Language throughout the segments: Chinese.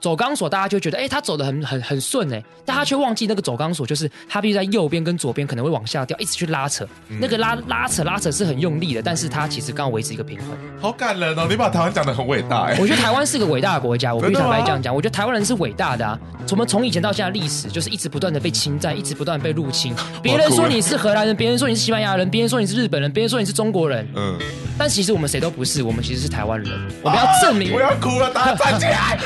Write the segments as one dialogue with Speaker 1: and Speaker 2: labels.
Speaker 1: 走钢索，大家就觉得，哎、他走的很很很顺哎、但他却忘记那个走钢索，就是他必须在右边跟左边可能会往下掉，一直去拉扯，
Speaker 2: 嗯
Speaker 1: 那个拉拉扯拉扯是很用力的，但是他其实刚好维持一个平衡。
Speaker 2: 好感人哦！你把台湾讲的很伟大哎、
Speaker 1: 我觉得台湾是个伟大的国家，我必须
Speaker 2: 真的
Speaker 1: 坦
Speaker 2: 吗
Speaker 1: 白这样讲，我觉得台湾人是伟大的啊。我们从以前到现在，历史就是一直不断的被侵占，一直不断地被入侵。别人说你是荷兰人，
Speaker 2: 欸
Speaker 1: 别人说你是西班牙人，别人说你是日本人，别人说你是中国人，
Speaker 2: 嗯，
Speaker 1: 但其实我们谁都不是，我们其实是台湾人。我们要证明
Speaker 2: 我，要哭了，大家站起来！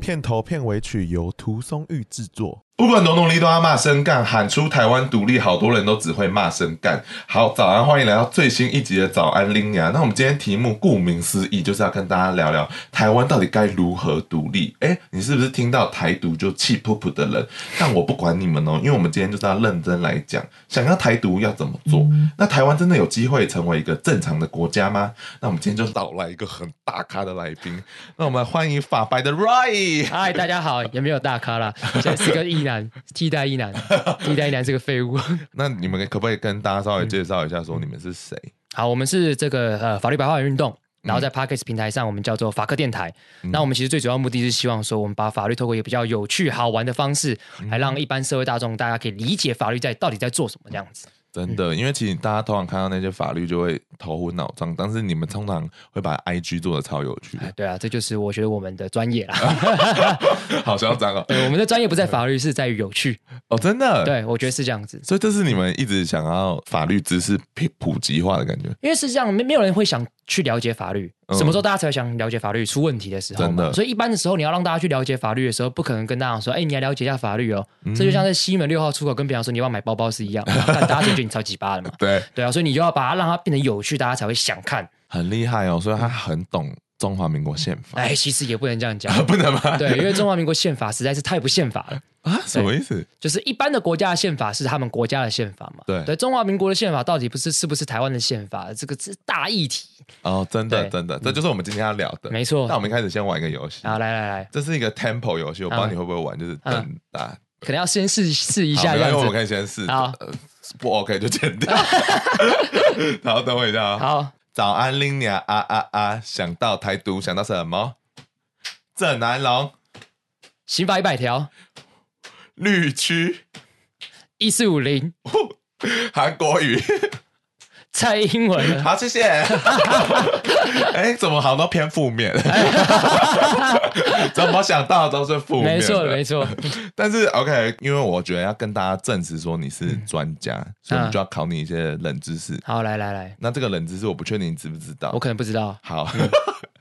Speaker 3: 片头片尾曲由涂松玉制作。
Speaker 2: 不管浓浓力都要骂声干，喊出台湾独立，好多人都只会骂声干。好，早安，欢迎来到最新一集的早安林雅。那我们今天题目顾名思义，就是要跟大家聊聊台湾到底该如何独立。哎，你是不是听到台独就气噗噗的人？但我不管你们哦，因为我们今天就是要认真来讲，想要台独要怎么做？那台湾真的有机会成为一个正常的国家吗？那我们今天就找来一个很大咖的来宾，那我们欢迎法白的 Roy。
Speaker 1: 嗨，大家好，也没有大咖啦，现在是个异男， 替代异男，替代异男是个废物。
Speaker 2: 那你们可不可以跟大家稍微介绍一下，说你们是谁？
Speaker 1: 好，我们是这个呃法律白话文运动，然后在 Podcast 平台上，我们叫做法克电台。那我们其实最主要目的是希望说，我们把法律透过一个比较有趣、好玩的方式，来让一般社会大众大家可以理解法律在到底在做什么这样子。
Speaker 2: 真
Speaker 1: 嗯
Speaker 2: 的，因为其实大家通常看到那些法律就会头昏脑胀，但是你们通常会把 IG 做的超有趣的，
Speaker 1: 对啊，这就是我觉得我们的专业啦。
Speaker 2: 好嚣张哦！
Speaker 1: 对，我们的专业不在法律，是在于有趣。
Speaker 2: 哦，真的，，
Speaker 1: 对，我觉得是这样子。
Speaker 2: 所以这是你们一直想要法律知识普普及化的感觉。
Speaker 1: 因为事实上没没有人会想去了解法律，
Speaker 2: 嗯
Speaker 1: 什么时候大家才会想了解法律？出问题的时候
Speaker 2: 真
Speaker 1: 嘛。
Speaker 2: 的
Speaker 1: 所以一般的时候，你要让大家去了解法律的时候，不可能跟大家 说：“哎、你来了解一下法律哦。
Speaker 2: 嗯
Speaker 1: 这就像在西门六号出口跟别人说你要不要买包包是 一样，但大家就觉得你超级巴的嘛。
Speaker 2: 对，
Speaker 1: 对啊，所以你就要把它让它变得有趣，大家才会想看。
Speaker 2: 很厉害哦，所以他很懂中华民国宪法。
Speaker 1: 哎，其实也不能这样讲，
Speaker 2: 啊 不能吗？
Speaker 1: 对，因为中华民国宪法实在是太不宪法了。
Speaker 2: 啊，什么意思？
Speaker 1: 就是一般的国家的宪法是他们国家的宪法嘛，
Speaker 2: 对
Speaker 1: 对，中华民国的宪法到底不是是不是台湾的宪法？这个是大议题。
Speaker 2: 哦，真的，
Speaker 1: 对嗯
Speaker 2: 真的，这就是我们今天要聊的。
Speaker 1: 没错
Speaker 2: 那我们一开始先玩一个游戏，
Speaker 1: 好，来来来，
Speaker 2: 这是一个 tempo 游戏，我不知道
Speaker 1: 嗯
Speaker 2: 你会不会玩，就是
Speaker 1: 嗯
Speaker 2: 等打
Speaker 1: 可能要先试试一
Speaker 2: 好，
Speaker 1: 下这
Speaker 2: 没关
Speaker 1: 样子
Speaker 2: 系我们。可以先试。
Speaker 1: 好
Speaker 2: 呃不 OK 就 剪掉。好，等我一下啊。
Speaker 1: 好，
Speaker 2: 早安，林娘啊啊啊！想到台独，想到什么？郑南龙、
Speaker 1: 刑法一百条
Speaker 2: 绿区、
Speaker 1: 一四五零，
Speaker 2: 韩国 语。
Speaker 1: 蔡英 文。
Speaker 2: 好，谢谢。哎，怎么好像都偏 负面？怎么想到都是负面？
Speaker 1: 没错，没。错，
Speaker 2: 但是 OK，因为我觉得要跟大家证实说你是专家，所以我们就要考你一些冷知识。
Speaker 1: 好，来来来，
Speaker 2: 那这个冷知识我不确定你知不知道
Speaker 1: 我。可能不知道，
Speaker 2: 好。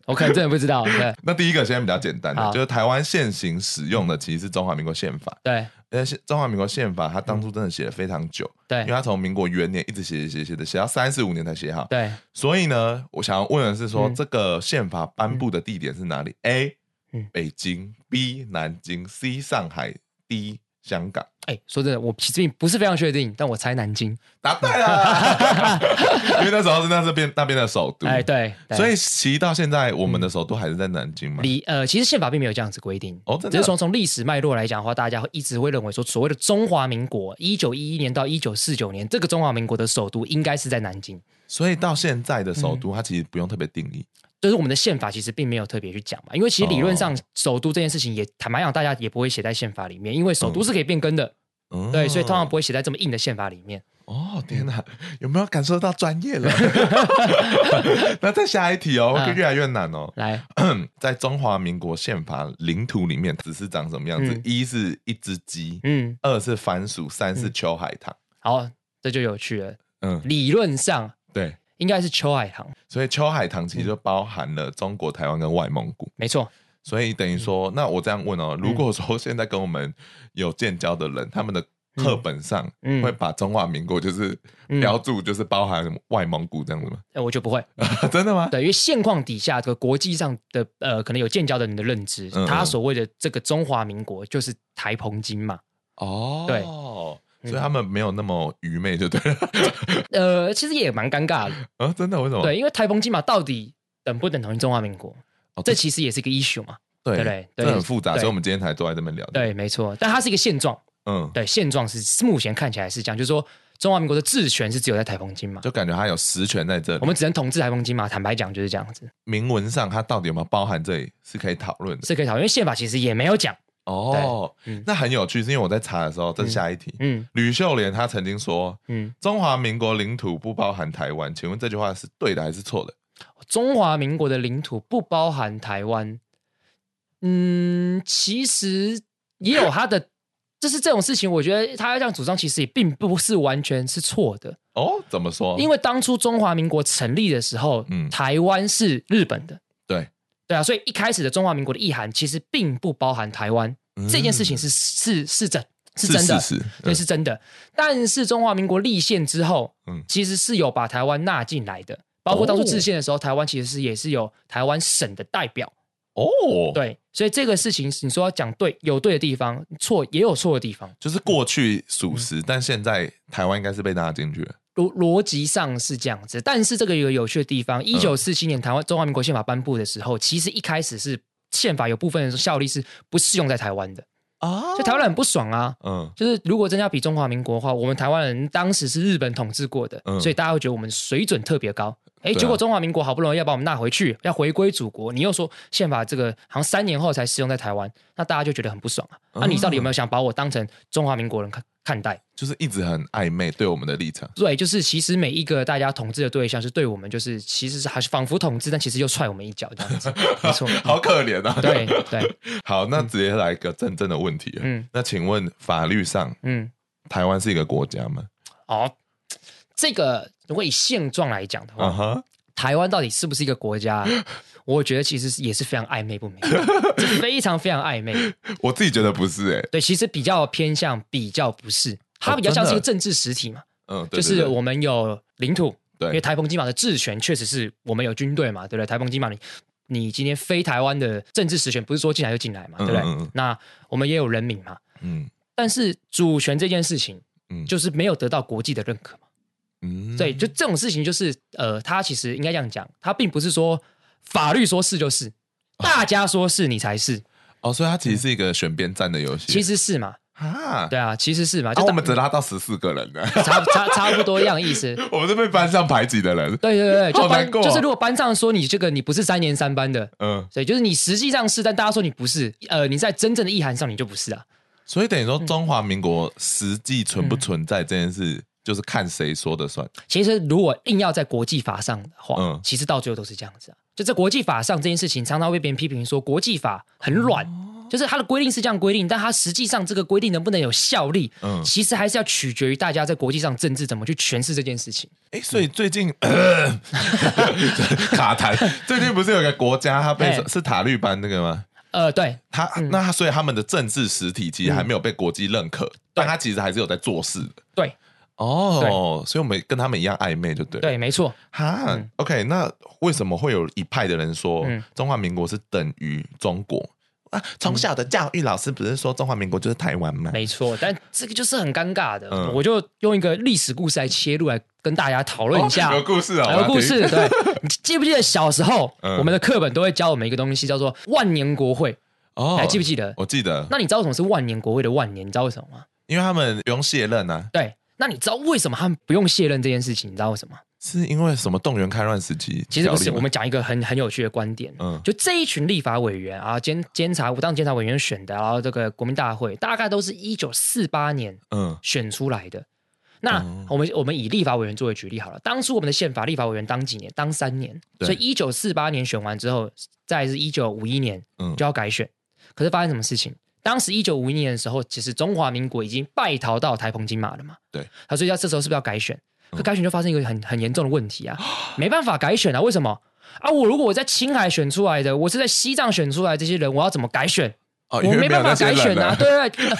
Speaker 1: 我可能真的不知道，对
Speaker 2: 那第一个现在比较简单的
Speaker 1: 好，
Speaker 2: 就是台湾现行使用的其实是中华民国宪法，
Speaker 1: 对
Speaker 2: 而且中华民国宪法它当初真的写的非常久，因为
Speaker 1: 对
Speaker 2: 它从民国元年一直写写写写的，写到三十五年才写好。
Speaker 1: 对，
Speaker 2: 所以呢，我想要问的是说，
Speaker 1: 嗯
Speaker 2: 这个宪法颁布的地点是哪里？A.
Speaker 1: 嗯
Speaker 2: 北京 B. 南京 C. 上海 D. 香港。
Speaker 1: 哎，说真的，我其实并不是非常确定，但我猜南京，
Speaker 2: 答对了， 因为那时候是那是边那边的首都，
Speaker 1: 哎，对，对嗯
Speaker 2: 所以其实到现在我们的首都还是在南京嘛。
Speaker 1: 理呃，其实宪法并没有这样子规定，
Speaker 2: 哦真
Speaker 1: 只
Speaker 2: 的
Speaker 1: 是从从历史脉络来讲的话，大家会一直会认为说，所谓的中华民国，一九一一年到一九四九年，这个中华民国的首都应该是在南京。
Speaker 2: 所以到现在的
Speaker 1: 嗯
Speaker 2: 首都，它其实不用特别定义。
Speaker 1: 就是我们的宪法其实并没有特别去讲嘛，因为其实理论上
Speaker 2: 哦
Speaker 1: 首都这件事情也坦白讲，大家也不会写在宪法里面，因为首都是可以变更的，
Speaker 2: 嗯
Speaker 1: 对，所以通常不会写在这么硬的宪法里面。
Speaker 2: 哦，天哪，有没有感受到专业了？ 那再下一题哦，
Speaker 1: 嗯
Speaker 2: 会越来越难哦。
Speaker 1: 来，
Speaker 2: 在中华民国宪法领土里面，只是长什么样子？
Speaker 1: 嗯
Speaker 2: 一是一只鸡，
Speaker 1: 嗯，
Speaker 2: 二是番薯，三是秋海棠。
Speaker 1: 好，这就有趣了。
Speaker 2: 嗯，
Speaker 1: 理论上
Speaker 2: 对，
Speaker 1: 应该是秋海棠，
Speaker 2: 所以秋海棠
Speaker 1: 嗯
Speaker 2: 其实就包含了中国、台湾跟外蒙古。
Speaker 1: 没错，
Speaker 2: 所以等
Speaker 1: 嗯
Speaker 2: 于说，那我这样问哦，如果说现在跟我们有建交的人，他们的课本上
Speaker 1: 嗯
Speaker 2: 会把中华民国就是
Speaker 1: 嗯
Speaker 2: 标注，就是包含外蒙古这样子吗？
Speaker 1: 哎，我就不会。
Speaker 2: 真的吗？
Speaker 1: 对，因为现况底下，这个国际上的呃，可能有建交的人的认知，
Speaker 2: 嗯嗯
Speaker 1: 他所谓的这个中华民国就是台澎金嘛。
Speaker 2: 哦，
Speaker 1: 对嗯
Speaker 2: 所以他们没有那么愚昧，就对了。
Speaker 1: 呃，其实也蛮尴尬的，
Speaker 2: 啊， 真的？为什么？
Speaker 1: 对，因为台澎金嘛，到底等不等同于中华民国，
Speaker 2: 哦，
Speaker 1: 这其实也是一个 issue 嘛。
Speaker 2: 对
Speaker 1: 对对对
Speaker 2: 这很复杂，
Speaker 1: 对
Speaker 2: 所以我们今天才坐在这边聊。，
Speaker 1: 对，没错，但它是一个现状。
Speaker 2: 嗯，
Speaker 1: 对，现状是目前看起来是这样，就是说中华民国的治权是只有在台澎金嘛，
Speaker 2: 就感觉他有实权在这
Speaker 1: 我
Speaker 2: 里。
Speaker 1: 们只能统治台澎金嘛。坦白讲就是这样子，
Speaker 2: 明文上他到底有没有包含这里是可以讨论的。
Speaker 1: 是可以讨论。因为宪法其实也没有讲，
Speaker 2: 哦
Speaker 1: 对嗯，
Speaker 2: 那很有趣，是因为我在查的时候，这是下一题。
Speaker 1: 嗯
Speaker 2: 吕秀莲她曾经说，
Speaker 1: 嗯，
Speaker 2: 中华民国领土不包含台湾，请问这句话是对的还是错的？
Speaker 1: 中华民国的领土不包含台湾。嗯，其实也有它的，就是这种事情，我觉得他这样主张其实也并不是完全是错的，
Speaker 2: 哦，怎么说？
Speaker 1: 因
Speaker 2: 为
Speaker 1: 为当初中华民国成立的时候，
Speaker 2: 嗯
Speaker 1: 台湾是日本的，
Speaker 2: 对
Speaker 1: 对啊，所以一开始的中华民国的意涵其实并不包含台湾，
Speaker 2: 嗯
Speaker 1: 这件事情是是是真是
Speaker 2: 是嗯
Speaker 1: 真的，
Speaker 2: 事实
Speaker 1: 对，是真的。但是中华民国立宪之后，
Speaker 2: 嗯
Speaker 1: 其实是有把台湾纳进来的，包括当初制宪的时候，台湾其实是也是有台湾省的代表，
Speaker 2: 哦，，
Speaker 1: 对，所以这个事情你说要讲对有对的地方，错也有错的地方，
Speaker 2: 就是过去属
Speaker 1: 嗯
Speaker 2: 实，但现在台湾应该是被纳进去了。
Speaker 1: 逻逻辑上是这样子。但是这个有有趣的地方，一
Speaker 2: 嗯
Speaker 1: 九四七年台湾中华民国宪法颁布的时候，其实一开始是宪法有部分的效力是不适用在台湾的，
Speaker 2: 啊
Speaker 1: 所以台湾人很不爽啊，
Speaker 2: 嗯
Speaker 1: 就是如果真的要比中华民国的话，我们台湾人当时是日本统治过的，
Speaker 2: 嗯
Speaker 1: 所以大家会觉得我们水准特别高。哎、
Speaker 2: 对啊
Speaker 1: 结果中华民国好不容易要把我们纳回去，要回归祖国，你又说宪法这个好像三年后才适用在台湾，那大家就觉得很不爽啊。那、你到底有
Speaker 2: 嗯
Speaker 1: 没有想把我当成中华民国人看看待？
Speaker 2: 就是一直很暧昧对我们的立场。
Speaker 1: 对，就是其实每一个大家统治的对象是对我们，就是其实是还是仿佛统治，但其实又踹我们一脚这样子，没错。
Speaker 2: 好可怜啊！
Speaker 1: 嗯对，对，
Speaker 2: 好，那直接来一个真正的问题了。
Speaker 1: 嗯
Speaker 2: 那请问法律上
Speaker 1: 嗯，
Speaker 2: 台湾是一个国家吗？
Speaker 1: 好，这个如果以现状来讲的话
Speaker 2: 啊，哈，
Speaker 1: 台湾到底是不是一个国 家？我觉得其实是也是非常暧昧不明，这非常非常暧昧。
Speaker 2: 我自己觉得不是哎，
Speaker 1: 对，其实比较偏向比较不是，它比较像是一个
Speaker 2: 真
Speaker 1: 政治实体嘛，
Speaker 2: 嗯，对
Speaker 1: 就是我们有领土，因为
Speaker 2: 对对
Speaker 1: 台澎金马的治权确实是我们有军队嘛，对不对？台澎金马你你今天非台湾的政治实权，不是说进来就进来嘛，对不对？
Speaker 2: 嗯嗯嗯
Speaker 1: 那我们也有人民嘛，
Speaker 2: 嗯
Speaker 1: 但是主权这件事情
Speaker 2: 嗯
Speaker 1: 就是没有得到国际的认可嘛。
Speaker 2: 嗯
Speaker 1: 对，就这种事情，就是呃，他其实应该这样讲，他并不是说法律说是就是，大家说是你才是，
Speaker 2: 哦，所以它其实是一个选边站的游戏。
Speaker 1: 嗯其实是嘛，
Speaker 2: 啊，
Speaker 1: 对啊，其实是嘛，
Speaker 2: 然
Speaker 1: 就
Speaker 2: 后
Speaker 1: 大、
Speaker 2: 我们只拉到十四个人呢，啊
Speaker 1: 差差差不多一样意思。
Speaker 2: 我们是被班上排挤的人。
Speaker 1: 对对对，就
Speaker 2: 好
Speaker 1: 班、
Speaker 2: 难过哦
Speaker 1: 就是如果班上说你这个你不是三年三班的，
Speaker 2: 嗯，
Speaker 1: 对，就是你实际上是，但大家说你不是，呃，你在真正的意涵上你就不是啊。
Speaker 2: 所以等于说中华民国实际存不存在这件
Speaker 1: 嗯
Speaker 2: 事，就是看谁说的算。
Speaker 1: 其实如果硬要在国际法上的话，
Speaker 2: 嗯
Speaker 1: 其实到最后都是这样子啊。就在国际法上这件事情，常常被别人批评说国际法很软，
Speaker 2: 哦
Speaker 1: 就是它的规定是这样规定，但它实际上这个规定能不能有效力，
Speaker 2: 嗯
Speaker 1: 其实还是要取决于大家在国际上政治怎么去诠释这件事情。
Speaker 2: 哎，所以最近 卡痰，最近不是有个国家，它被
Speaker 1: 哎
Speaker 2: 是塔利班那个吗？
Speaker 1: 呃，对，
Speaker 2: 他那他所以他们的政治实体其实还没有被国际认可，但他其实还是有在做事的。
Speaker 1: 嗯对，
Speaker 2: 哦，所以我们跟他们一样暧昧，就对。
Speaker 1: 对，，没错。
Speaker 2: 哈、
Speaker 1: 嗯
Speaker 2: o k 那为什么会有一派的人说、
Speaker 1: 嗯
Speaker 2: 中华民国是等于中国啊？从小的教育老师不是说中华民国就是台湾吗？
Speaker 1: 没错，但这个就是很尴尬的。
Speaker 2: 嗯
Speaker 1: 我就用一个历史故事来切入，来跟大家讨论一下。
Speaker 2: 哦有故事啊，
Speaker 1: 有
Speaker 2: 我要
Speaker 1: 故
Speaker 2: 听
Speaker 1: 事， 对，你记不记得小时候
Speaker 2: 嗯
Speaker 1: 我们的课本都会教我们一个东西，叫做万年国会，
Speaker 2: 哦
Speaker 1: 你还记不记得？
Speaker 2: 我记得，
Speaker 1: 那你知道为什么是万年国会的万年？你知道为什么吗？
Speaker 2: 因为他们不用卸任啊，
Speaker 1: 对，那你知道为什么他们不用卸任这件事情？你知道为什么吗？
Speaker 2: 是因为什么动员开乱时期
Speaker 1: 其
Speaker 2: 条
Speaker 1: 实
Speaker 2: 例吗？
Speaker 1: 不是，我们讲一个很很有趣的观点。
Speaker 2: 嗯
Speaker 1: 就这一群立法委员啊，监监察武当监察委员选的，然后这个国民大会大概都是一九四八年
Speaker 2: 嗯
Speaker 1: 选出来的。那我们我们以立法委员作为举例好了，当初我们的宪法立法委员当几年？当三年，
Speaker 2: 对
Speaker 1: 所以一九四八年选完之后，再来是一九五一年
Speaker 2: 嗯
Speaker 1: 就要改选。可是发生什么事情？当时一九五一年的时候，其实中华民国已经败逃到台澎金马了嘛。
Speaker 2: 对，嗯
Speaker 1: 他所以要这时候是不是要改选？可改选就发生一个很很严重的问题啊，没办法改选啊，为什么？啊，我如果我在青海选出来的，我是在西藏选出来的这些人，我要怎么改选？
Speaker 2: 哦，因
Speaker 1: 我
Speaker 2: 为
Speaker 1: 没
Speaker 2: 有
Speaker 1: 办
Speaker 2: 那
Speaker 1: 法
Speaker 2: 些
Speaker 1: 改选
Speaker 2: 人
Speaker 1: 啊，
Speaker 2: 啊，
Speaker 1: 对对对，对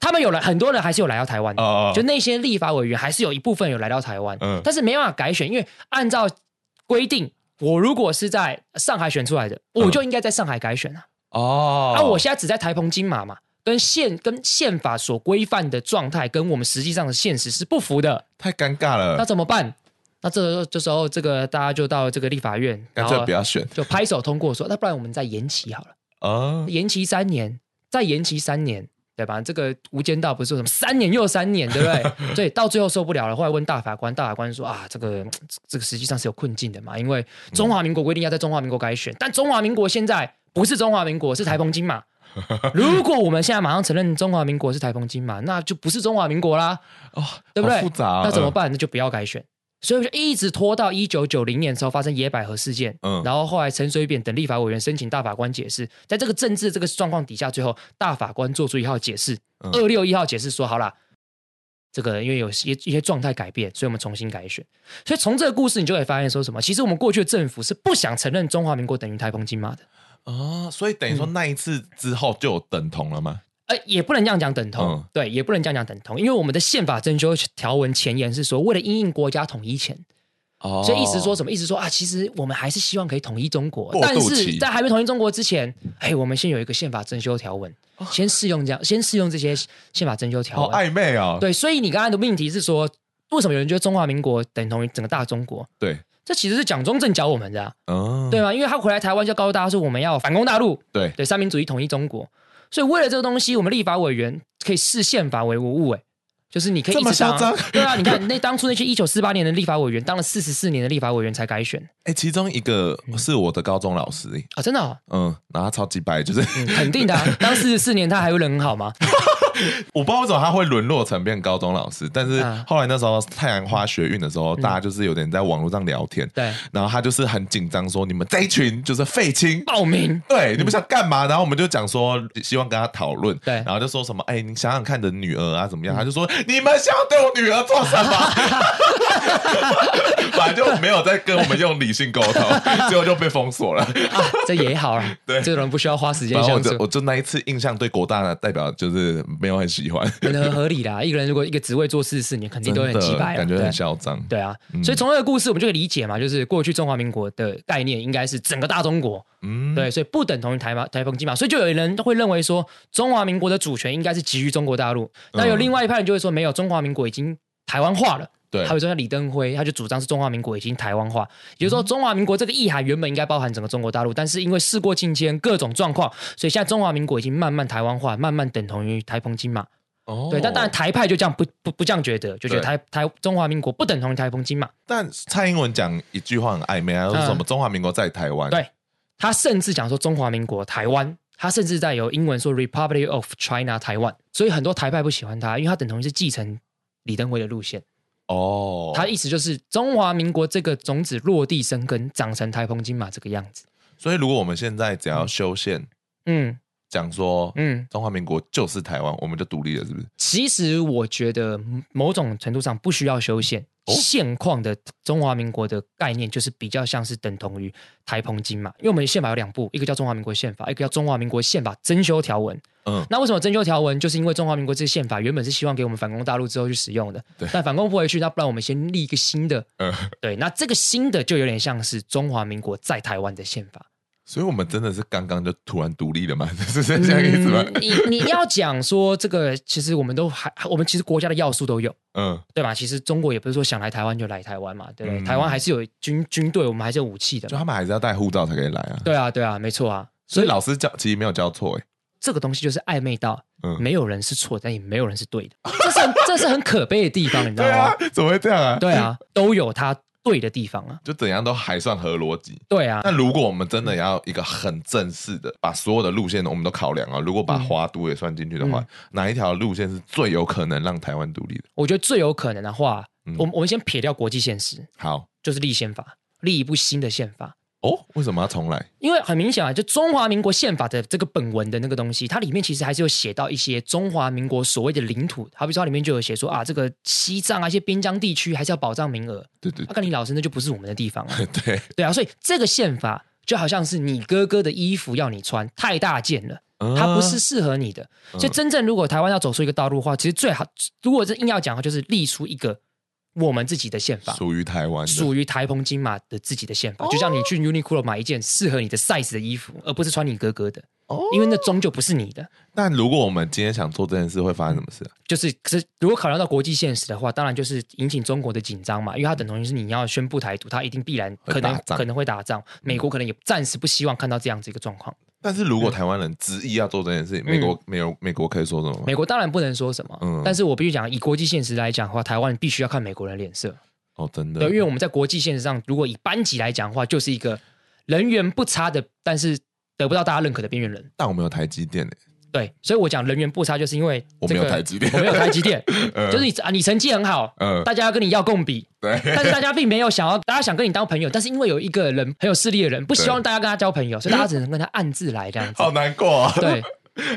Speaker 1: 他们有来，很多人还是有来到台湾的，
Speaker 2: 哦哦
Speaker 1: 就那些立法委员还是有一部分有来到台湾，
Speaker 2: 嗯
Speaker 1: 但是没办法改选，因为按照规定，我如果是在上海选出来的，
Speaker 2: 嗯
Speaker 1: 我就应该在上海改选啊，
Speaker 2: 哦，
Speaker 1: 啊，我现在只在台澎金马嘛。跟宪跟宪法所规范的状态，跟我们实际上的现实是不符的，
Speaker 2: 太尴
Speaker 1: 那
Speaker 2: 尬了，
Speaker 1: 怎么办？那这时候这时候，这个大家就到这个立法院，
Speaker 2: 干
Speaker 1: 然
Speaker 2: 脆
Speaker 1: 后
Speaker 2: 不要选
Speaker 1: 就拍手通过说，那不然我们再延期好了。
Speaker 2: 哦，
Speaker 1: 延期三年，再延期三年，对吧？这个《无间道》不是说什么三年又三年，对不 对？所以到最后受不了了，后来问大法官，大法官说啊，这个这个实际上是有困境的嘛，因为中华民国规定要在中华民国改选，但中华民国现在不是中华民国，是台澎金 马。如果我们现在马上承认中华民国是台澎金马，那就不是中华民国啦，
Speaker 2: 哦，
Speaker 1: 对不
Speaker 2: 好
Speaker 1: 对？
Speaker 2: 复杂啊，
Speaker 1: 那怎么
Speaker 2: 嗯？
Speaker 1: 办？那就不要改选。所以就一直拖到一九九零年的时候发生野百合事件，
Speaker 2: 嗯
Speaker 1: 然后后来陈水扁等立法委员申请大法官解释，在这个政治这个状况底下，最后大法官做出一号解释，
Speaker 2: 嗯
Speaker 1: 二六一号解释说好啦，这个因为有些一些状态改变，所以我们重新改选。所以从这个故事你就会发现说什么，其实我们过去的政府是不想承认中华民国等于台澎金马的，
Speaker 2: 哦，所以等于说
Speaker 1: 嗯
Speaker 2: 那一次之后就有等同了吗？
Speaker 1: 呃，也不能这样讲等同，
Speaker 2: 嗯
Speaker 1: 对，也不能这样讲等同，因为我们的宪法征修条文前言是说，为了因应国家统一前，
Speaker 2: 哦，
Speaker 1: 所以一直说什么？一直说啊，其实我们还是希望可以统一中国
Speaker 2: 过，渡
Speaker 1: 但
Speaker 2: 期
Speaker 1: 是在还没统一中国之前，哎，我们先有一个宪法征修条文，先适用这样，先适用这些宪法征修条
Speaker 2: 好
Speaker 1: 文。
Speaker 2: 暧昧哦哦，
Speaker 1: 啊对，所以你刚才的命题是说，为什么有人觉得中华民国等同于整个大中国？
Speaker 2: 对，
Speaker 1: 这其实是蒋中正教我们的、啊，
Speaker 2: 嗯，
Speaker 1: 对吗？因为他回来台湾就告诉大家说，我们要反攻大陆，
Speaker 2: 对，
Speaker 1: 对三民主义统一中国。所以为了这个东西，我们立法委员可以视宪法为无物、哎，就是你可以一
Speaker 2: 这么
Speaker 1: 直当
Speaker 2: 嚣张，
Speaker 1: 对啊，你看那当初那些一九四八年的立法委员，当了四十四年的立法委员才改选。
Speaker 2: 哎，其中一个
Speaker 1: 嗯
Speaker 2: 是我的高中老师，
Speaker 1: 啊，真的、哦，
Speaker 2: 嗯，然后他超级白，就是
Speaker 1: 嗯，肯定的、啊。当四十四年，他还会人很 好吗？
Speaker 2: 我不知道为什么他会沦落成变高中老师，但是
Speaker 1: 啊
Speaker 2: 后来那时候太阳花学运的时候，大家就是有点在网络上聊天，
Speaker 1: 嗯对，
Speaker 2: 然后他就是很紧张说你们这一群就是废青。
Speaker 1: 报名
Speaker 2: 对，你们想干嘛？然后我们就讲说，希望跟他讨论。
Speaker 1: 对嗯
Speaker 2: 然后就说什么，哎、你想想看你的女儿啊，怎么样？他就说，你们想要对我女儿做什么？反正就没有在跟我们用理性沟通， 最后就被封锁了。
Speaker 1: 啊，这也好了。
Speaker 2: 对
Speaker 1: 这种人不需要花时间
Speaker 2: 然后
Speaker 1: 相
Speaker 2: 我就我
Speaker 1: 处，
Speaker 2: 就那一次印象对国大的代表就是没有很喜欢，
Speaker 1: 很合理啦。一个人如果一个职位做四十四年，肯定
Speaker 2: 真
Speaker 1: 都会很
Speaker 2: 的
Speaker 1: 鸡掰啊，
Speaker 2: 感觉
Speaker 1: 对
Speaker 2: 很嗯嚣张。
Speaker 1: 对啊，所以从这个故事，我们就可以理解嘛，就是过去中华民国的概念应该是整个大中国，
Speaker 2: 嗯，
Speaker 1: 对，所以不等同于台马台澎金马，所以就有人会认为说，中华民国的主权应该是基于中国大陆。
Speaker 2: 嗯
Speaker 1: 那有另外一派人就会说，没有，中华民国已经台湾化了。
Speaker 2: 对
Speaker 1: 还有说像李登辉，他就主张是中华民国已经台湾化，也
Speaker 2: 嗯
Speaker 1: 就是说中华民国这个意涵原本应该包含整个中国大陆，但是因为事过境迁各种状况，所以现在中华民国已经慢慢台湾化，慢慢等同于台澎金马。
Speaker 2: 哦
Speaker 1: 对，但当然台派就这样不不不这样觉得，就觉得
Speaker 2: 对
Speaker 1: 台台中华民国不等同于台澎金马。
Speaker 2: 但蔡英文讲一句话很暧昧啊，他说什么“中华民国在台湾”，
Speaker 1: 嗯对他甚至讲说中华民国台湾，他甚至在有英文说 Republic of China 台湾，所以很多台派不喜欢他，因为他等同于是继承李登辉的路线。
Speaker 2: 哦，
Speaker 1: 他意思就是中华民国这个种子落地生根，长成台澎金马这个样子。
Speaker 2: 所以如果我们现在只要修宪
Speaker 1: 嗯
Speaker 2: 讲说，
Speaker 1: 嗯，
Speaker 2: 中华民国就是台湾，我们就独立了，是不是？
Speaker 1: 其实我觉得某种程度上不需要修宪，
Speaker 2: 哦
Speaker 1: 现况的中华民国的概念就是比较像是等同于台澎金马，因为我们宪法有两部，一个叫中华民国宪法，一个叫中华民国宪法征修条文。
Speaker 2: 嗯，
Speaker 1: 那为什么征修条文？就是因为中华民国这个宪法原本是希望给我们反攻大陆之后去使用的，
Speaker 2: 对
Speaker 1: 但反攻不回去，那不然我们先立一个新的，
Speaker 2: 嗯
Speaker 1: 对，那这个新的就有点像是中华民国在台湾的宪法，
Speaker 2: 所以我们真的是刚刚就突然独立了吗？ 是是 这样意思吗？
Speaker 1: 嗯你你要讲说这个，其实我们都还，我们其实国家的要素都有。
Speaker 2: 嗯，
Speaker 1: 对吧？其实中国也不是说想来台湾就来台湾嘛，对不对？
Speaker 2: 嗯
Speaker 1: 台湾还是有军军队，我们还是有武器的
Speaker 2: 就
Speaker 1: 嘛。
Speaker 2: 他们还是要带护照才可以来啊。
Speaker 1: 对啊，对啊，没错啊。
Speaker 2: 所
Speaker 1: 所
Speaker 2: 以
Speaker 1: 以
Speaker 2: 老师教其实没有教错，哎，
Speaker 1: 这个东西就是暧昧到，
Speaker 2: 嗯
Speaker 1: 没有人是错，但也没有人是对的，这是很这是很可悲的地方，你知道
Speaker 2: 对
Speaker 1: 吗
Speaker 2: 啊？，怎么会这样啊？
Speaker 1: 对啊，都有它对的地方啊。
Speaker 2: 就怎样都还算合逻辑。
Speaker 1: 对啊，
Speaker 2: 那如果我们真的要一个很正式的，把所有的路线我们都考量啊，如果把华都也算进去的话，
Speaker 1: 嗯
Speaker 2: 哪一条路线是最有可能让台湾独立的？
Speaker 1: 我觉得最有可能的话，
Speaker 2: 嗯
Speaker 1: 我们我们先撇掉国际现实，
Speaker 2: 好
Speaker 1: 就是立宪法，立一部新的宪法。
Speaker 2: 哦，为什么要重来？
Speaker 1: 因为很明显啊，就中华民国宪法的这个本文的那个东西，它里面其实还是有写到一些中华民国所谓的领土，好比说它里面就有写说啊，这个西藏啊一些边疆地区还是要保障名额。
Speaker 2: 对对
Speaker 1: 那、啊、跟你老师那就不是我们的地 方啊，
Speaker 2: 对对，
Speaker 1: 对啊，所以这个宪法就好像是你哥哥的衣服要你穿，太大件了。它
Speaker 2: 啊
Speaker 1: 不是适合你的。所以真正如果台湾要走出一个道路的话，其实最好，如果是硬要讲的话，就是立出一个我们自己的宪
Speaker 2: 啊
Speaker 1: 法。
Speaker 2: 属于台湾的。哦
Speaker 1: 属于台澎金马的自己的宪法，就像你去 Uniqlo 买一件适合你的 size 的衣服，而不是穿你哥哥的，
Speaker 2: 哦
Speaker 1: 因为那终究不是你的。
Speaker 2: 但如果我们今天想做这件事，会发生什么事啊？
Speaker 1: 就是，可是如果考量到国际现实的话，当然就是引起中国的紧张嘛，因为它等同于是你要宣布台独，它一定必然可
Speaker 2: 会打
Speaker 1: 能
Speaker 2: 仗嗯
Speaker 1: 可能会打仗，美国可能也暂时不希望看到这样子一个状况。
Speaker 2: 但是如果台湾人执意要做这件事，美国没有美国可以说什么吗？
Speaker 1: 嗯美国当然不能说什么，
Speaker 2: 嗯
Speaker 1: 但是我必须讲，以国际现实来讲的话，台湾必须要看美国人脸色。
Speaker 2: 哦，真的，
Speaker 1: 对，因为我们在国际现实上，如果以班级来讲的话，就是一个人缘不差的，但是得不到大家认可的边缘人。
Speaker 2: 但我们有台积电诶，
Speaker 1: 对，所以我讲人缘不差，就是因为、
Speaker 2: 我
Speaker 1: 这
Speaker 2: 没
Speaker 1: 个、
Speaker 2: 有台积电
Speaker 1: 我没有台积电，
Speaker 2: 呃
Speaker 1: 就是你啊，你成绩很好，
Speaker 2: 呃，
Speaker 1: 大家要跟你要共比，
Speaker 2: 对，
Speaker 1: 但是大家并没有想要，大家想跟你当朋友，但是因为有一个人很有势力的人，不希望大家跟他交朋友，所以大家只能跟他暗自来这样子。
Speaker 2: 好难过、哦。
Speaker 1: 对，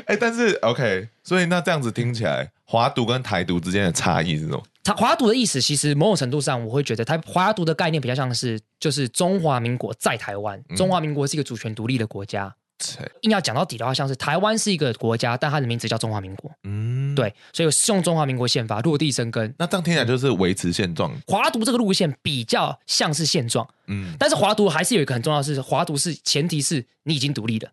Speaker 2: 哎、但是 OK，所以那这样子听起来，华独跟台独之间的差异是什么？
Speaker 1: 它华独的意思，其实某种程度上，我会觉得它华独的概念比较像是，就是中华民国在台湾，
Speaker 2: 嗯
Speaker 1: 中华民国是一个主权独立的国家。
Speaker 2: 切
Speaker 1: 硬要讲到底的话，像是台湾是一个国家，但它的名字叫中华民国，
Speaker 2: 嗯，。
Speaker 1: 对，所以是用中华民国宪法落地生根。
Speaker 2: 那这样听起来就是维持现状，
Speaker 1: 华独这个路线比较像是现状，
Speaker 2: 嗯，
Speaker 1: 但是华独还是有一个很重要的是，华独是前提是你已经独立了。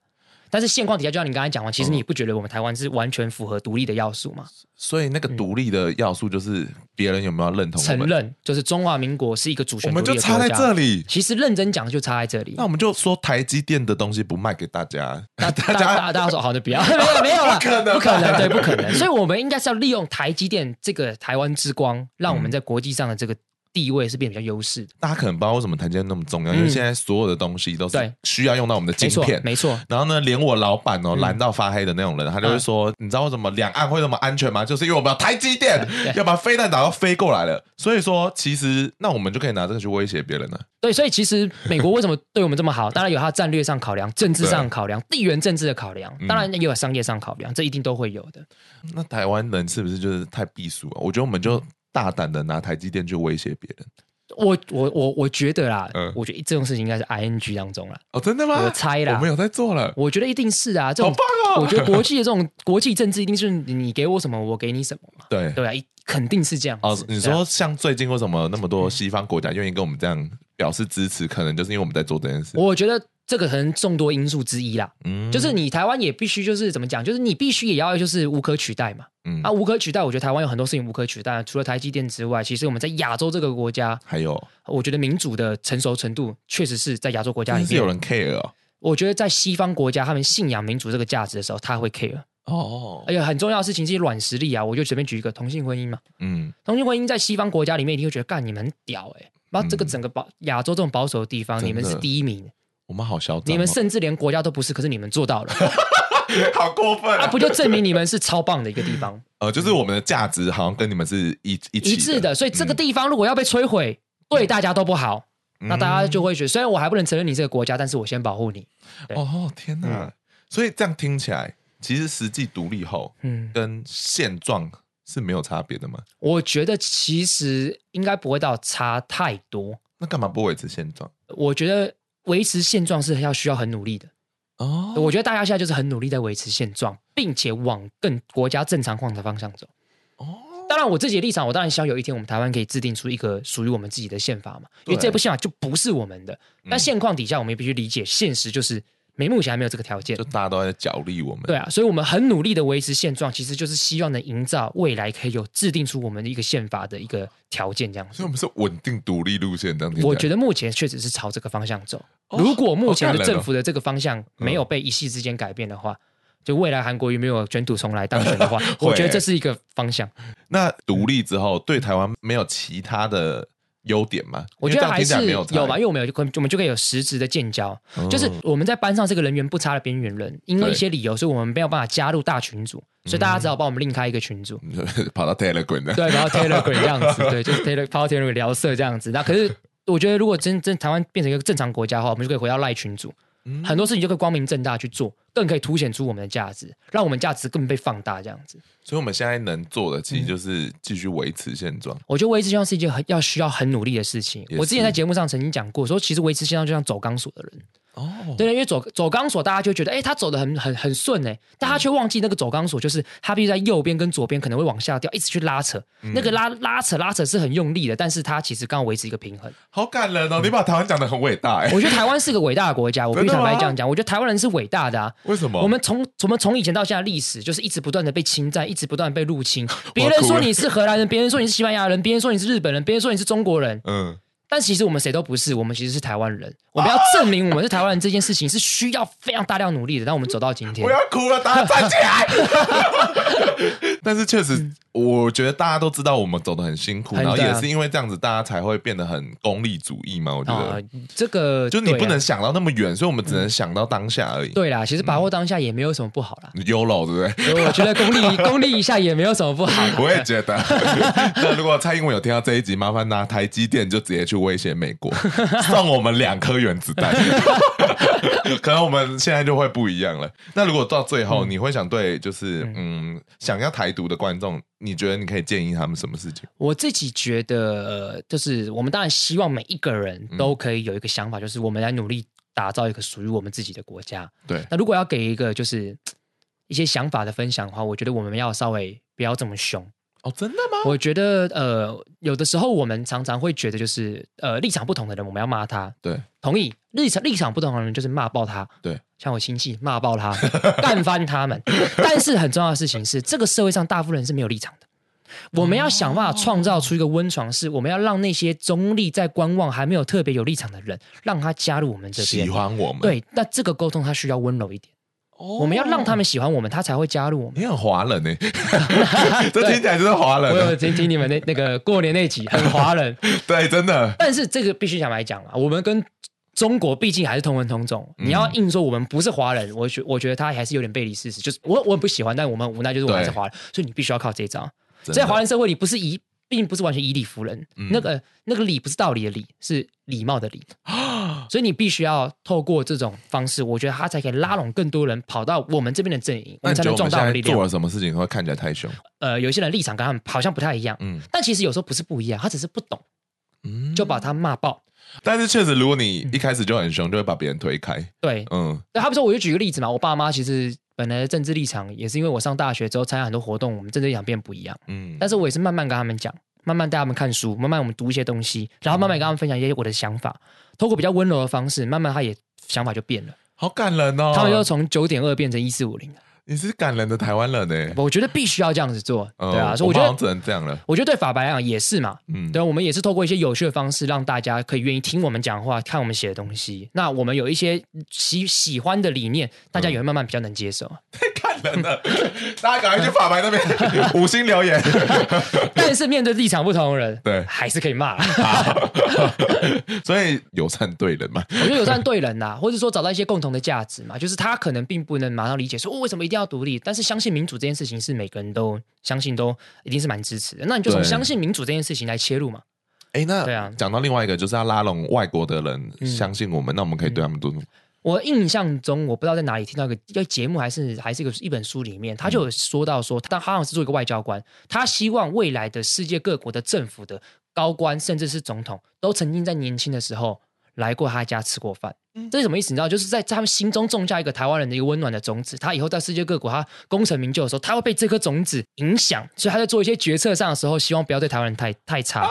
Speaker 1: 但是现况底下，就像你刚才讲完，其实你也不觉得我们台湾是完全符合独立的要素
Speaker 2: 哦
Speaker 1: 嘛？
Speaker 2: 所以那个独立的要素就是别人有没有认同
Speaker 1: 嗯
Speaker 2: 我
Speaker 1: 承
Speaker 2: 们，
Speaker 1: 认就是中华民国是一个主
Speaker 2: 我
Speaker 1: 权独
Speaker 2: 们
Speaker 1: 立的
Speaker 2: 就
Speaker 1: 国家。
Speaker 2: 差在这里。
Speaker 1: 其实认真讲就差在这里
Speaker 2: 那。我们就说台积电的东西不卖 给大家，
Speaker 1: 大大大大家说好的，不 要，没有没有了，
Speaker 2: 不可能
Speaker 1: 不可能，对，不可能。所以我们应该是要利用台积电这个台湾之光，让我们在国际上的这个地位是变得比较优势的。
Speaker 2: 大家可能不知道为什么台积电那么重要，因为
Speaker 1: 嗯
Speaker 2: 现在所有的东西都是
Speaker 1: 对
Speaker 2: 需要用到我们的
Speaker 1: 没
Speaker 2: 晶
Speaker 1: 错
Speaker 2: 片，，
Speaker 1: 没错，
Speaker 2: 然后呢，连我老板哦，蓝到发黑的那种人，他就会
Speaker 1: 嗯
Speaker 2: 说，你知道为什么两岸会那么安全吗？就是因为我们有台积电
Speaker 1: 对，
Speaker 2: 要把飞弹打到飞过来了。所以说，其实那我们就可以拿这个去威胁别人了。
Speaker 1: 对。所以其实美国为什么对我们这么好？当然有它战略上考量、政治上考量、地缘政治的考量，
Speaker 2: 嗯
Speaker 1: 当然也有商业上考量，这一定都会有的。
Speaker 2: 那台湾人是不是就是太避暑啊了？我觉得我们就大胆的拿台积电去威胁别人。
Speaker 1: 我我我我觉得啦
Speaker 2: 嗯，
Speaker 1: 我觉得这种事情应该是 I N G 当中啦，
Speaker 2: 哦，真的吗？
Speaker 1: 我猜啦
Speaker 2: 我们有在做了。
Speaker 1: 我觉得一定是啊，这
Speaker 2: 好
Speaker 1: 种
Speaker 2: 棒哦！
Speaker 1: 我觉得国际的这种国际政治一定是你给我什么，我给你什么嘛，
Speaker 2: 对
Speaker 1: 对啊，一肯定是这样子。
Speaker 2: 哦，你
Speaker 1: 对啊
Speaker 2: 说像最近为什么那么多西方国家愿意跟我们这样表示支持，可能就是因为我们在做这件事。
Speaker 1: 我觉得这个可能众多因素之一啦，
Speaker 2: 嗯
Speaker 1: 就是你台湾也必须就是怎么讲，就是你必须也要就是无可取代嘛。
Speaker 2: 嗯
Speaker 1: 啊，，无可取代，我觉得台湾有很多事情无可取代，除了台积电之外，其实我们在亚洲这个国家，
Speaker 2: 还有，
Speaker 1: 我觉得民主的成熟程度确实是在亚洲国家
Speaker 2: 但
Speaker 1: 里
Speaker 2: 是有
Speaker 1: 面。
Speaker 2: 人 care 哦。
Speaker 1: 我觉得在西方国家，他们信仰民主这个价值的时候，他会 care。
Speaker 2: 哦
Speaker 1: 而，且很重要的事情，这些软实力啊，我就随便举一个同性婚姻嘛，
Speaker 2: 嗯，
Speaker 1: 同性婚姻在西方国家里面一定会觉得，干你们很屌哎、欸，妈这个
Speaker 2: 嗯
Speaker 1: 整个保亚洲这种保守的地方，
Speaker 2: 真
Speaker 1: 你们是
Speaker 2: 的
Speaker 1: 第一名，
Speaker 2: 我们好嚣张哦，
Speaker 1: 你们甚至连国家都不是，可是你们做到了。
Speaker 2: 好过分
Speaker 1: 啊，！不就证明你们是超棒的一个地方，
Speaker 2: 呃，就是我们的价值好像跟你们 是一一起
Speaker 1: 一致的。所以这个
Speaker 2: 嗯
Speaker 1: 地方如果要被摧毁，对大家都不好，那大家
Speaker 2: 嗯
Speaker 1: 就会觉得，虽然我还不能承认你这个国家，但是我先保护你。对
Speaker 2: 哦天哪！所以这样听起来，其实实际独立后
Speaker 1: 嗯，
Speaker 2: 跟现状是没有差别的吗？
Speaker 1: 我觉得其实应该不会到差太多。
Speaker 2: 那干嘛不维持现状？
Speaker 1: 我觉得维持现状是要需要很努力的。
Speaker 2: 哦
Speaker 1: 我觉得大家现在就是很努力在维持现状，并且往更国家正常化的方向走。
Speaker 2: 哦，
Speaker 1: 当然，我自己的立场，我当然希望有一天我们台湾可以制定出一个属于我们自己的宪法嘛，因为
Speaker 2: 对嗯
Speaker 1: 这部宪法就不是我们的。但现况底下，我们也必须理解现实，就是没目前还没有这个条件
Speaker 2: 就。大家都在角力我们。
Speaker 1: 对啊，所以我们很努力的维持现状，其实就是希望能营造未来可以有制定出我们的一个宪法的一个条件这样
Speaker 2: 所以
Speaker 1: 子
Speaker 2: 我。们是稳定独立路线，这样听起来
Speaker 1: 我觉得目前确实是朝这个方向走。
Speaker 2: 哦
Speaker 1: 如果目
Speaker 2: 好
Speaker 1: 前
Speaker 2: 感
Speaker 1: 的
Speaker 2: 人哦
Speaker 1: 政府的这个方向没有被一夕之间改变的话，就未来韩国瑜没有卷土重来当选 的话，我觉得这是一个方向。
Speaker 2: 那独立之后，对台湾没有其他的优点吗？
Speaker 1: 我觉得
Speaker 2: 因为
Speaker 1: 还
Speaker 2: 这样听
Speaker 1: 是
Speaker 2: 起来没有差
Speaker 1: 有吧，因为我们有我们就可以有实质的建交，
Speaker 2: 嗯
Speaker 1: 就是我们在班上是个人缘不差的边缘人，因为
Speaker 2: 对
Speaker 1: 一些理由，所以我们没有办法加入大群组，所以大家只好帮我们另开一个群组。
Speaker 2: 哦 跑到 Telegram 的，
Speaker 1: 对，然后 Telegram 这样子，对，就是 Telegram 抛 Telegram 聊色这样子。那可是我觉得，如果真真台湾变成一个正常国家的话，我们就可以回到赖群组，很多事情就可以光明正大去做，更可以凸显出我们的价值，让我们价值更被放大这样子。
Speaker 2: 所以我们现在能做的其
Speaker 1: 嗯
Speaker 2: 实就是继续维持现状。
Speaker 1: 我觉得维持现状是一件很要需要很努力的事情
Speaker 2: 也。
Speaker 1: 我之前在
Speaker 2: 是
Speaker 1: 节目上曾经讲过，说其实维持现状就像走钢索的人，
Speaker 2: 哦，
Speaker 1: 对，因为走走钢索，大家就觉得，哎、他走的很很很顺哎、但
Speaker 2: 嗯
Speaker 1: 他却忘记那个走钢索，就是他必须在右边跟左边可能会往下掉，一直去拉扯，
Speaker 2: 嗯
Speaker 1: 那个拉拉扯拉扯是很用力的，但是他其实刚好维持一个平 衡。
Speaker 2: 好感人
Speaker 1: 嗯
Speaker 2: 哦！你把台湾讲的很伟大哎、
Speaker 1: 我觉得台湾是个伟大的国家，我必须
Speaker 2: 真的
Speaker 1: 坦
Speaker 2: 吗
Speaker 1: 白这样讲，我觉得台湾人是伟大的啊。
Speaker 2: 为什么？
Speaker 1: 我们从我们从以前到现在的历史，就是一直不断的被侵占，一直不断地被入 侵。别人说你是荷兰人，别人说你是西班牙人，别人说你是日本人，别人说你是中国人，
Speaker 2: 嗯，
Speaker 1: 但其实我们谁都不是，我们其实是台湾人。我们要证明我们是台湾人这件事情是需要非常大量努力的。但我们走到今天
Speaker 2: 我，要哭了，大家站 起来！但是确实，我觉得大家都知道我们走的很辛苦，
Speaker 1: 嗯很
Speaker 2: 然后也
Speaker 1: 对啊
Speaker 2: 是因为这样子，大家才会变得很功利主义嘛。我觉
Speaker 1: 啊、
Speaker 2: 得，
Speaker 1: 这个
Speaker 2: 就你
Speaker 1: 对啊
Speaker 2: 不能想到那么远，所以我们只能想到当下而已。
Speaker 1: 对啦。其实把
Speaker 2: 嗯
Speaker 1: 握当下也没有什么不好啦。
Speaker 2: ，Yolo 对不对？
Speaker 1: 所以我觉得功 利功利一下也没有什么不好啦。
Speaker 2: 我也觉得。 那如果蔡英文有听到这一集，麻烦拿台积电就直接去威胁美 国，送我们两颗原子弹。 可能我们现在就会不一样了。那如果到最
Speaker 1: 嗯
Speaker 2: 后，你会想对就是嗯想要台独的观众，你觉得你可以建议他们什么事情？
Speaker 1: 我自己觉得，呃，就是我们当然希望每一个人
Speaker 2: 嗯
Speaker 1: 都可以有一个想法，就是我们来努力打造一个属于我们自己的国家。
Speaker 2: 对，
Speaker 1: 那如果要给一个就是嘖一些想法的分享的话，我觉得我们要稍微不要这么凶。
Speaker 2: 哦，真的吗？
Speaker 1: 我觉得呃，有的时候我们常常会觉得就是呃立场不同的人，我们要骂他。
Speaker 2: 对，
Speaker 1: 同意立场立场不同的人就是骂爆他。
Speaker 2: 对，
Speaker 1: 像我亲戚骂爆他， 干翻他们。但是很重要的事情是，这个社会上大部分人是没有立场的。我们要想办法创造出一个温床，是我们要让那些中立在观望还没有特别有立场的人，让他加入我们这边
Speaker 2: 喜。欢我们，，哦
Speaker 1: 对，那这个沟通他需要温柔一点，我们要让他们喜欢我们，他才会加入我们。
Speaker 2: 你很华人呢、 欸这听起来就是华人
Speaker 1: 我
Speaker 2: 欸、
Speaker 1: 有听听你们那那个过年那集很华 人，
Speaker 2: 对，真的，
Speaker 1: 但是这个必须讲来讲啊，我们跟中国毕竟还是同文同种，
Speaker 2: 嗯
Speaker 1: 你要硬说我们不是华人，我觉我觉得他还是有点背离事实。就是我我很不喜欢，但我们很无奈就是我们还是
Speaker 2: 对
Speaker 1: 华人，所以你必须要靠这一招。
Speaker 2: 真的嗯
Speaker 1: 在华人社会里，不是以并不是完全以理服人，那个那个礼不是道理的礼，是礼貌的礼。 所以你必须要透过这种方式，我觉得他才可以拉拢更多人跑到我们这边的阵营，我
Speaker 2: 那
Speaker 1: 们
Speaker 2: 你
Speaker 1: 才
Speaker 2: 觉得
Speaker 1: 能
Speaker 2: 我
Speaker 1: 壮
Speaker 2: 们
Speaker 1: 大我们
Speaker 2: 现
Speaker 1: 力
Speaker 2: 在
Speaker 1: 量
Speaker 2: 做。了什么事情会看起来太凶？
Speaker 1: 呃，有些人立场跟他们好像不太一样，
Speaker 2: 嗯
Speaker 1: 但其实有时候不是不一样，他只是不懂，
Speaker 2: 嗯，
Speaker 1: 就把他骂爆。
Speaker 2: 但是确实，如果你一开始就很凶，就会把别人推开。
Speaker 1: 对，
Speaker 2: 嗯，
Speaker 1: 那他不说，我就举个例子嘛，我爸妈其实本来的政治立场也是因为我上大学之后参加很多活动，我们政治立场变不一样。
Speaker 2: 嗯，
Speaker 1: 但是我也是慢慢跟他们讲，慢慢带他们看书，慢慢我们读一些东西，然后慢慢跟他们分享一些我的想法，透过比较温柔的方式，慢慢他也想法就变了，
Speaker 2: 好感人哦！
Speaker 1: 他们就从九点二变成一四五零。
Speaker 2: 你是感人的台湾人呢、
Speaker 1: 我觉得必须要这样子做，
Speaker 2: 嗯
Speaker 1: 对啊，所以
Speaker 2: 我
Speaker 1: 我觉
Speaker 2: 们好像只
Speaker 1: 得。
Speaker 2: 能这样了。
Speaker 1: 我觉得对法白来讲也是嘛，
Speaker 2: 嗯，
Speaker 1: 对啊，我们也是透过一些有趣的方式，让大家可以愿意听我们讲话，看我们写的东西。那我们有一些喜喜欢的理念，大家也会慢慢比较能接受。
Speaker 2: 太感人了！大家赶快去法白那边 五星 留言。
Speaker 1: 但是面对立场不同的人，
Speaker 2: 对
Speaker 1: 还是可以骂。
Speaker 2: 所以友善对人嘛，
Speaker 1: 我觉得有站对人呐、 或者说找到一些共同的价值嘛，就是他可能并不能马上理解说、哦、为什么一定要独立，但是相信民主这件事情是每个人都相信都一定是蛮支持的。那你就从
Speaker 2: 对
Speaker 1: 相信民主这件事情来切入嘛。
Speaker 2: 哎、那
Speaker 1: 对啊
Speaker 2: 讲到另外一个，就是要拉拢外国的人、
Speaker 1: 嗯
Speaker 2: 相信我们，那我们可以对他们做什么？
Speaker 1: 我印象中，我不知道在哪里听到一个一个节目，还是还是一个一本书里面，他就有说到说，他他好像是做一个外交官，他希望未来的世界各国的政府的高官，甚至是总统，都曾经在年轻的时候来过他家吃过饭。这是什么意思？你知道，就是在在他们心中种下一个台湾人的一个温暖的种子。他以后在世界各国，他功成名就的时候，他会被这颗种子影响，所以他在做一些决策上的时候，希望不要对台湾人太太差。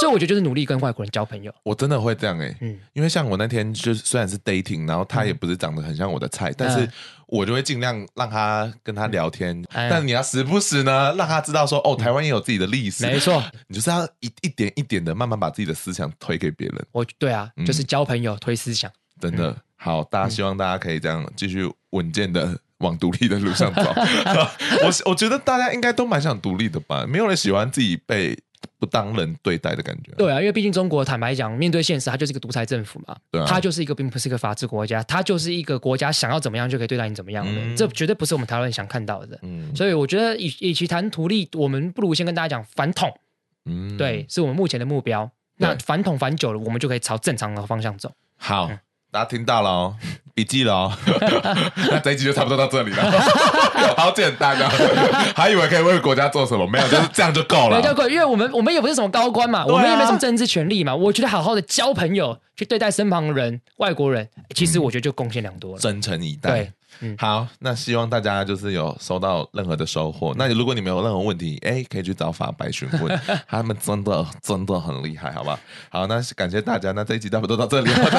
Speaker 1: 所以我觉得就是努力跟外国人交朋友。
Speaker 2: 我真的会这样哎、
Speaker 1: 嗯，
Speaker 2: 因为像我那天就是虽然是 dating，然后他也不是长得很像我的菜，但是我就会尽量让他跟他聊天。
Speaker 1: 嗯哎
Speaker 2: 但你要时不时呢，让他知道说哦，台湾也有自己的历史。
Speaker 1: 没错，
Speaker 2: 你就是要一一点一点的慢慢把自己的思想推给别人，
Speaker 1: 我对啊，就是交朋友推思想。
Speaker 2: 真
Speaker 1: 嗯
Speaker 2: 的、好。大家希望大家可以这样继续稳健的。往独立 的路上走，我我觉得大家应该都蛮想独立的吧，没有人喜欢自己被
Speaker 4: 不当人对待的感觉。
Speaker 1: 对啊，因为毕竟中国坦白讲，面对现实，它就是一个独裁政府嘛，
Speaker 4: 对啊
Speaker 1: 它就是一个并不是一个法治国家，它就是一个国家想要怎么样就可以对待你怎么样的，
Speaker 4: 嗯
Speaker 1: 这绝对不是我们台湾人想看到的。
Speaker 4: 嗯
Speaker 1: 所以我觉得以以其谈图利，我们不如先跟大家讲反统，
Speaker 4: 嗯
Speaker 1: 对，，是我们目前的目标。那
Speaker 4: 对
Speaker 1: 反统反久了，我们就可以朝正常的方向走。
Speaker 4: 好，大家听到了哦，笔记了 哦。那这一集就差不多到这里了， 好简单啊！ 还以为可以为国家做什么，没有，就是这样就够
Speaker 1: 没
Speaker 4: 了
Speaker 1: 有。教过，因为我们我们也不是什么高官嘛，
Speaker 4: 啊
Speaker 1: 我们也没什么政治权利嘛。我觉得好好的交朋友，去对待身旁的人、外国人，其实我觉得就贡献良多了。
Speaker 4: 嗯真诚以待
Speaker 1: 对。，嗯
Speaker 4: 好，那希望大家就是有收到任何的收获。那如果你们有任何问题，哎、可以去找法白询 问，他们真的真的很厉害，好不好？好，那感谢大家，那这一集差不多到 这里了，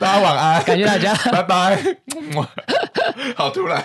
Speaker 4: 大家晚安，
Speaker 1: 感谢大家
Speaker 4: 拜拜。好突然。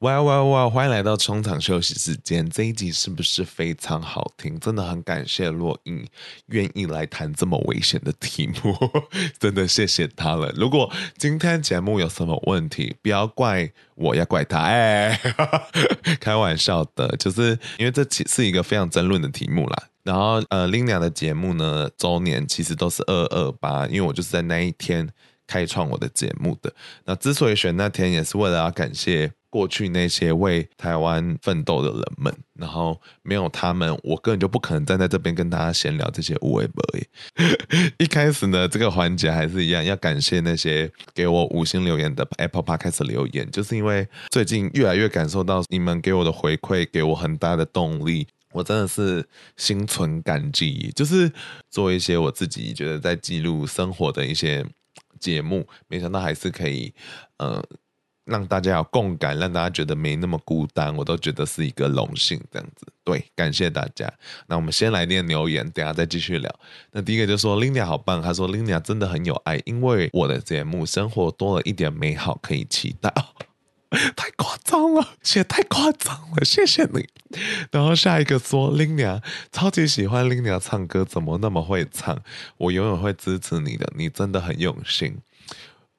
Speaker 2: 哇哇哇！欢迎来到中场休息时间。这一集是不是非常好听？真的很感谢洛英愿意来谈这么危险的题目， 真的谢谢他了。如果今天节目有什么问题，不要怪我，要怪他。哎， 开玩笑的，就是因为这其是一个非常争论的题目啦。然后呃，Lina 的节目呢周年其实都是二二八，因为我就是在那一天开创我的节目的。那之所以选那天，也是为了要感谢过去那些为台湾奋斗的人们。然后没有他们，我根本就不可能站在这边跟大家闲聊这些无为不为。 一开始呢，这个环节还是一样，要感谢那些给我五星留言的 Apple Podcast 留言，就是因为最近越来越感受到你们给我的回馈，给我很大的动力。我真的是心存感激，就是做一些我自己觉得在记录生活的一些节目，没想到还是可以，呃，让大家有共感，让大家觉得没那么孤单，我都觉得是一个荣幸。这样子，对，感谢大家。那我们先来念留言，等一下再继续聊。那第一个就说 Lina 好棒，他说 Lina 真的很有爱，因为我的节目，生活多了一点美好可以期待。 哦太夸张了，写太夸张了，谢谢你。然后下一个说 l i n a 超级喜欢 l i n a 唱歌，怎么那么会唱？我永远会支持你的，你真的很用心。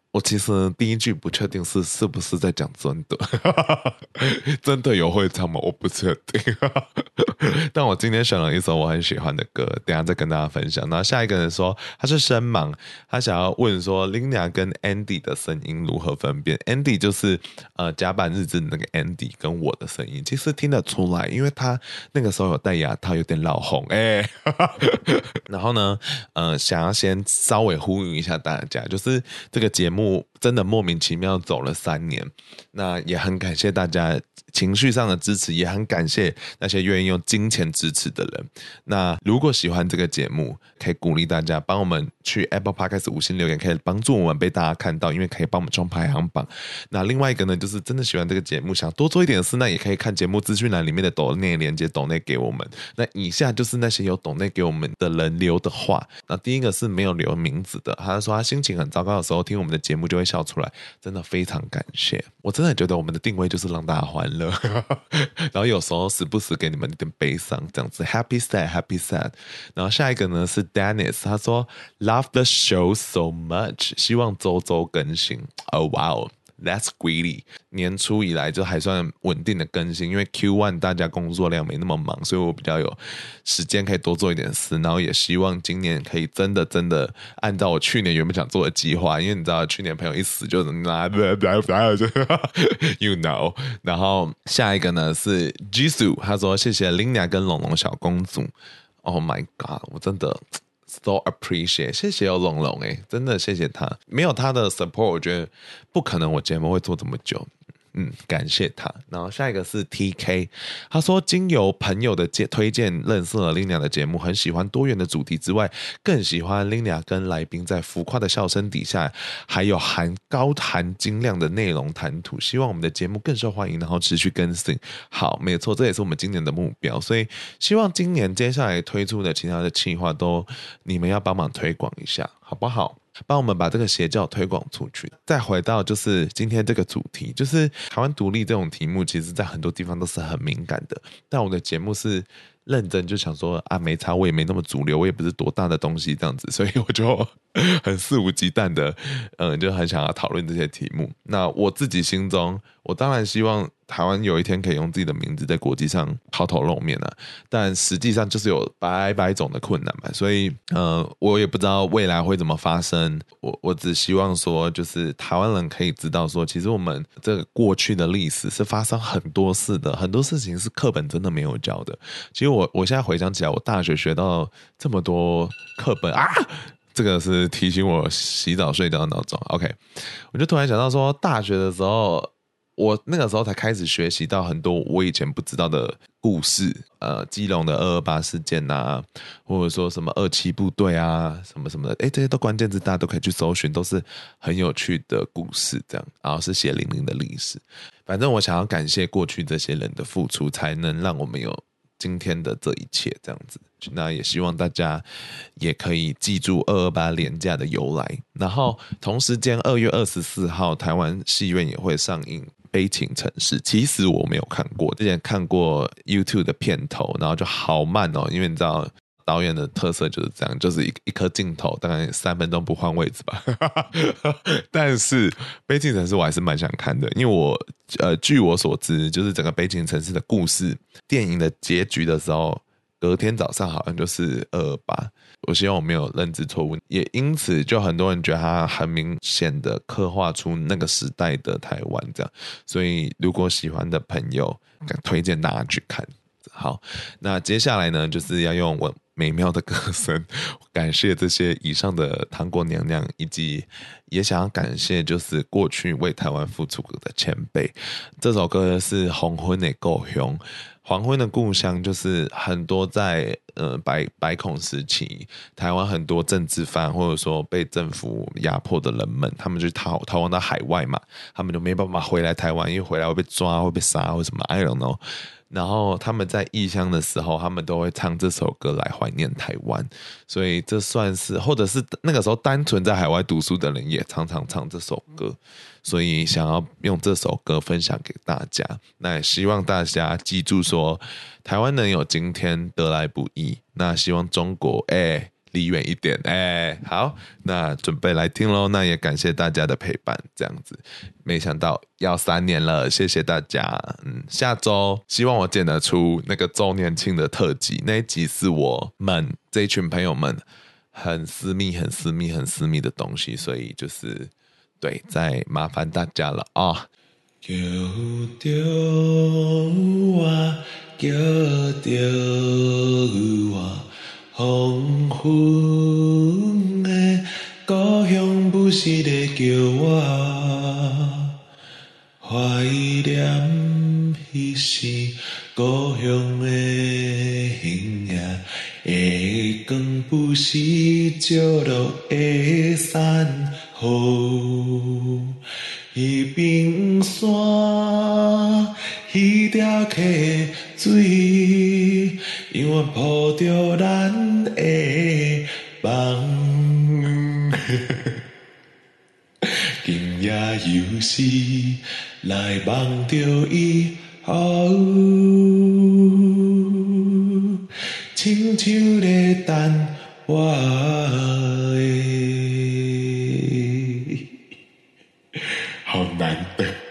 Speaker 2: 我其实第一句不确定是是不是在讲真的， 真的有会唱吗？我不确定。 但我今天选了一首我很喜欢的歌，等一下再跟大家分享。然后下一个人说他是声盲，他想要问说 Lina 跟 Andy 的声音如何分辨？Andy 就是呃甲板日志的那个 Andy 跟我的声音，其实听得出来，因为他那个时候有戴牙套，有点老红哎。 然后呢，呃，想要先稍微呼吁一下大家，就是这个节目真的莫名其妙走了三年，那也很感谢大家情绪上的支持，也很感谢那些愿意用金钱支持的人。那如果喜欢这个节目，可以鼓励大家帮我们去 Apple Podcast 五星留言，可以帮助我们被大家看到，因为可以帮我们冲排行榜。那另外一个呢，就是真的喜欢这个节目，想多做一点的事，那也可以看节目资讯栏里面的抖内连接，抖内给我们。那以下就是那些有抖内给我们的人留的话。那第一个是没有留名字的，他说他心情很糟糕的时候听我们的节目就会笑出来，真的非常感谢。我真的觉得我们的定位就是让大家欢乐， 然后有时候时不时给你们一点悲伤，这样子 happy sad happy sad。然后下一个呢是 Dennis，他说 love the show so much，希望周周更新。哦哇哦。That's greedy。年初以来就还算稳定的更新，因为 Q one 大家工作量没那么忙，所以我比较有时间可以多做一点事。然后也希望今年可以真的真的按照我去年原本想做的计划，因为你知道去年朋友一死就拿 ，you know。然后下一个呢是 Jisoo，他说谢谢 Lina 跟龙龙小公主。Oh my god！我真的 so appreciate，谢谢哦，龙龙哎，真的谢谢他，没有他的 support，我觉得不可能我节目会做这么久。嗯，感谢他。然后下一个是 T K，他说经由朋友的介推荐认识了 Lina 的节目，很喜欢多元的主题之外，更喜欢 Lina 跟来宾在浮夸的笑声底下，还有含高含金量的内容谈吐。希望我们的节目更受欢迎，然后持续更新。好，没错，这也是我们今年的目标，所以希望今年接下来推出的其他的企划都你们要帮忙推广一下，好不好？帮我们把这个邪教推广出去。再回到就是今天这个主题，就是台湾独立这种题目，其实在很多地方都是很敏感的。但我的节目是认真就想说啊，没差，我也没那么主流，我也不是多大的东西这样子，所以我就很肆无忌惮的，嗯，就很想要讨论这些题目。那我自己心中，我当然希望台湾有一天可以用自己的名字在国际上抛头露面啊，但实际上就是有百百种的困难嘛，所以呃，我也不知道未来会怎么发生。我我只希望说，就是台湾人可以知道说，其实我们这个过去的历史是发生很多事的，很多事情是课本真的没有教的。其实我我现在回想起来，我大学学到这么多课本啊。这个是提醒我洗澡睡觉的闹钟。OK，我就突然想到说，大学的时候，我那个时候才开始学习到很多我以前不知道的故事，呃，基隆的二二八事件呐、或者说什么二七部队啊，什么什么的，哎，这些都关键字，大家都可以去搜寻，都是很有趣的故事，这样，然后是血淋淋的历史。反正我想要感谢过去这些人的付出，才能让我们有今天的这一切这样子。那也希望大家也可以记住二二八廉价的由来。然后同时间，二月二十四号，台湾戏院也会上映《悲情城市》。其实我没有看过，之前看过 YouTube 的片头，然后就好慢哦，因为你知道。导演的特色就是这样，就是一一颗镜头，大概三分钟不换位置吧。 但是《悲情城市》我还是蛮想看的，因为我呃，据我所知，就是整个《悲情城市》的故事，电影的结局的时候，隔天早上好像就是二二八。我希望我没有认知错误，也因此就很多人觉得它很明显的刻画出那个时代的台湾这样。所以如果喜欢的朋友，推荐大家去看。好，那接下来呢，就是要用我美妙的歌声， 感谢这些以上的糖果娘娘，以及也想要感谢就是过去为台湾付出的前辈。这首歌是《黄昏的故乡》，黄昏的故乡就是很多在呃白白孔时期，台湾很多政治犯或者说被政府压迫的人们，他们就逃逃亡到海外嘛，他们就没办法回来台湾，因为回来会被抓、会被杀或什么，I don't know。然后他们在异乡的时候，他们都会唱这首歌来怀念台湾，所以这算是，或者是那个时候单纯在海外读书的人也常常唱这首歌，所以想要用这首歌分享给大家。那也希望大家记住说，台湾人有今天得来不易，那希望中国哎。离远一点，哎、好，那准备来听喽。那也感谢大家的陪伴，这样子，没想到要三年了，谢谢大家。嗯，下周希望我剪得出那个周年庆的特辑，那一集是我们这一群朋友们很私密、很私密、很私密的东西，所以就是对，再麻烦大家了啊、
Speaker 5: 叫着我，叫着我，黄昏的故乡不时地叫我，怀念彼时故乡的形影，月光不时照落的山河。迄冰山，迄条溪水，永远抱着咱的梦。今夜又是来梦着伊，哦，亲像咧等我的。好难得。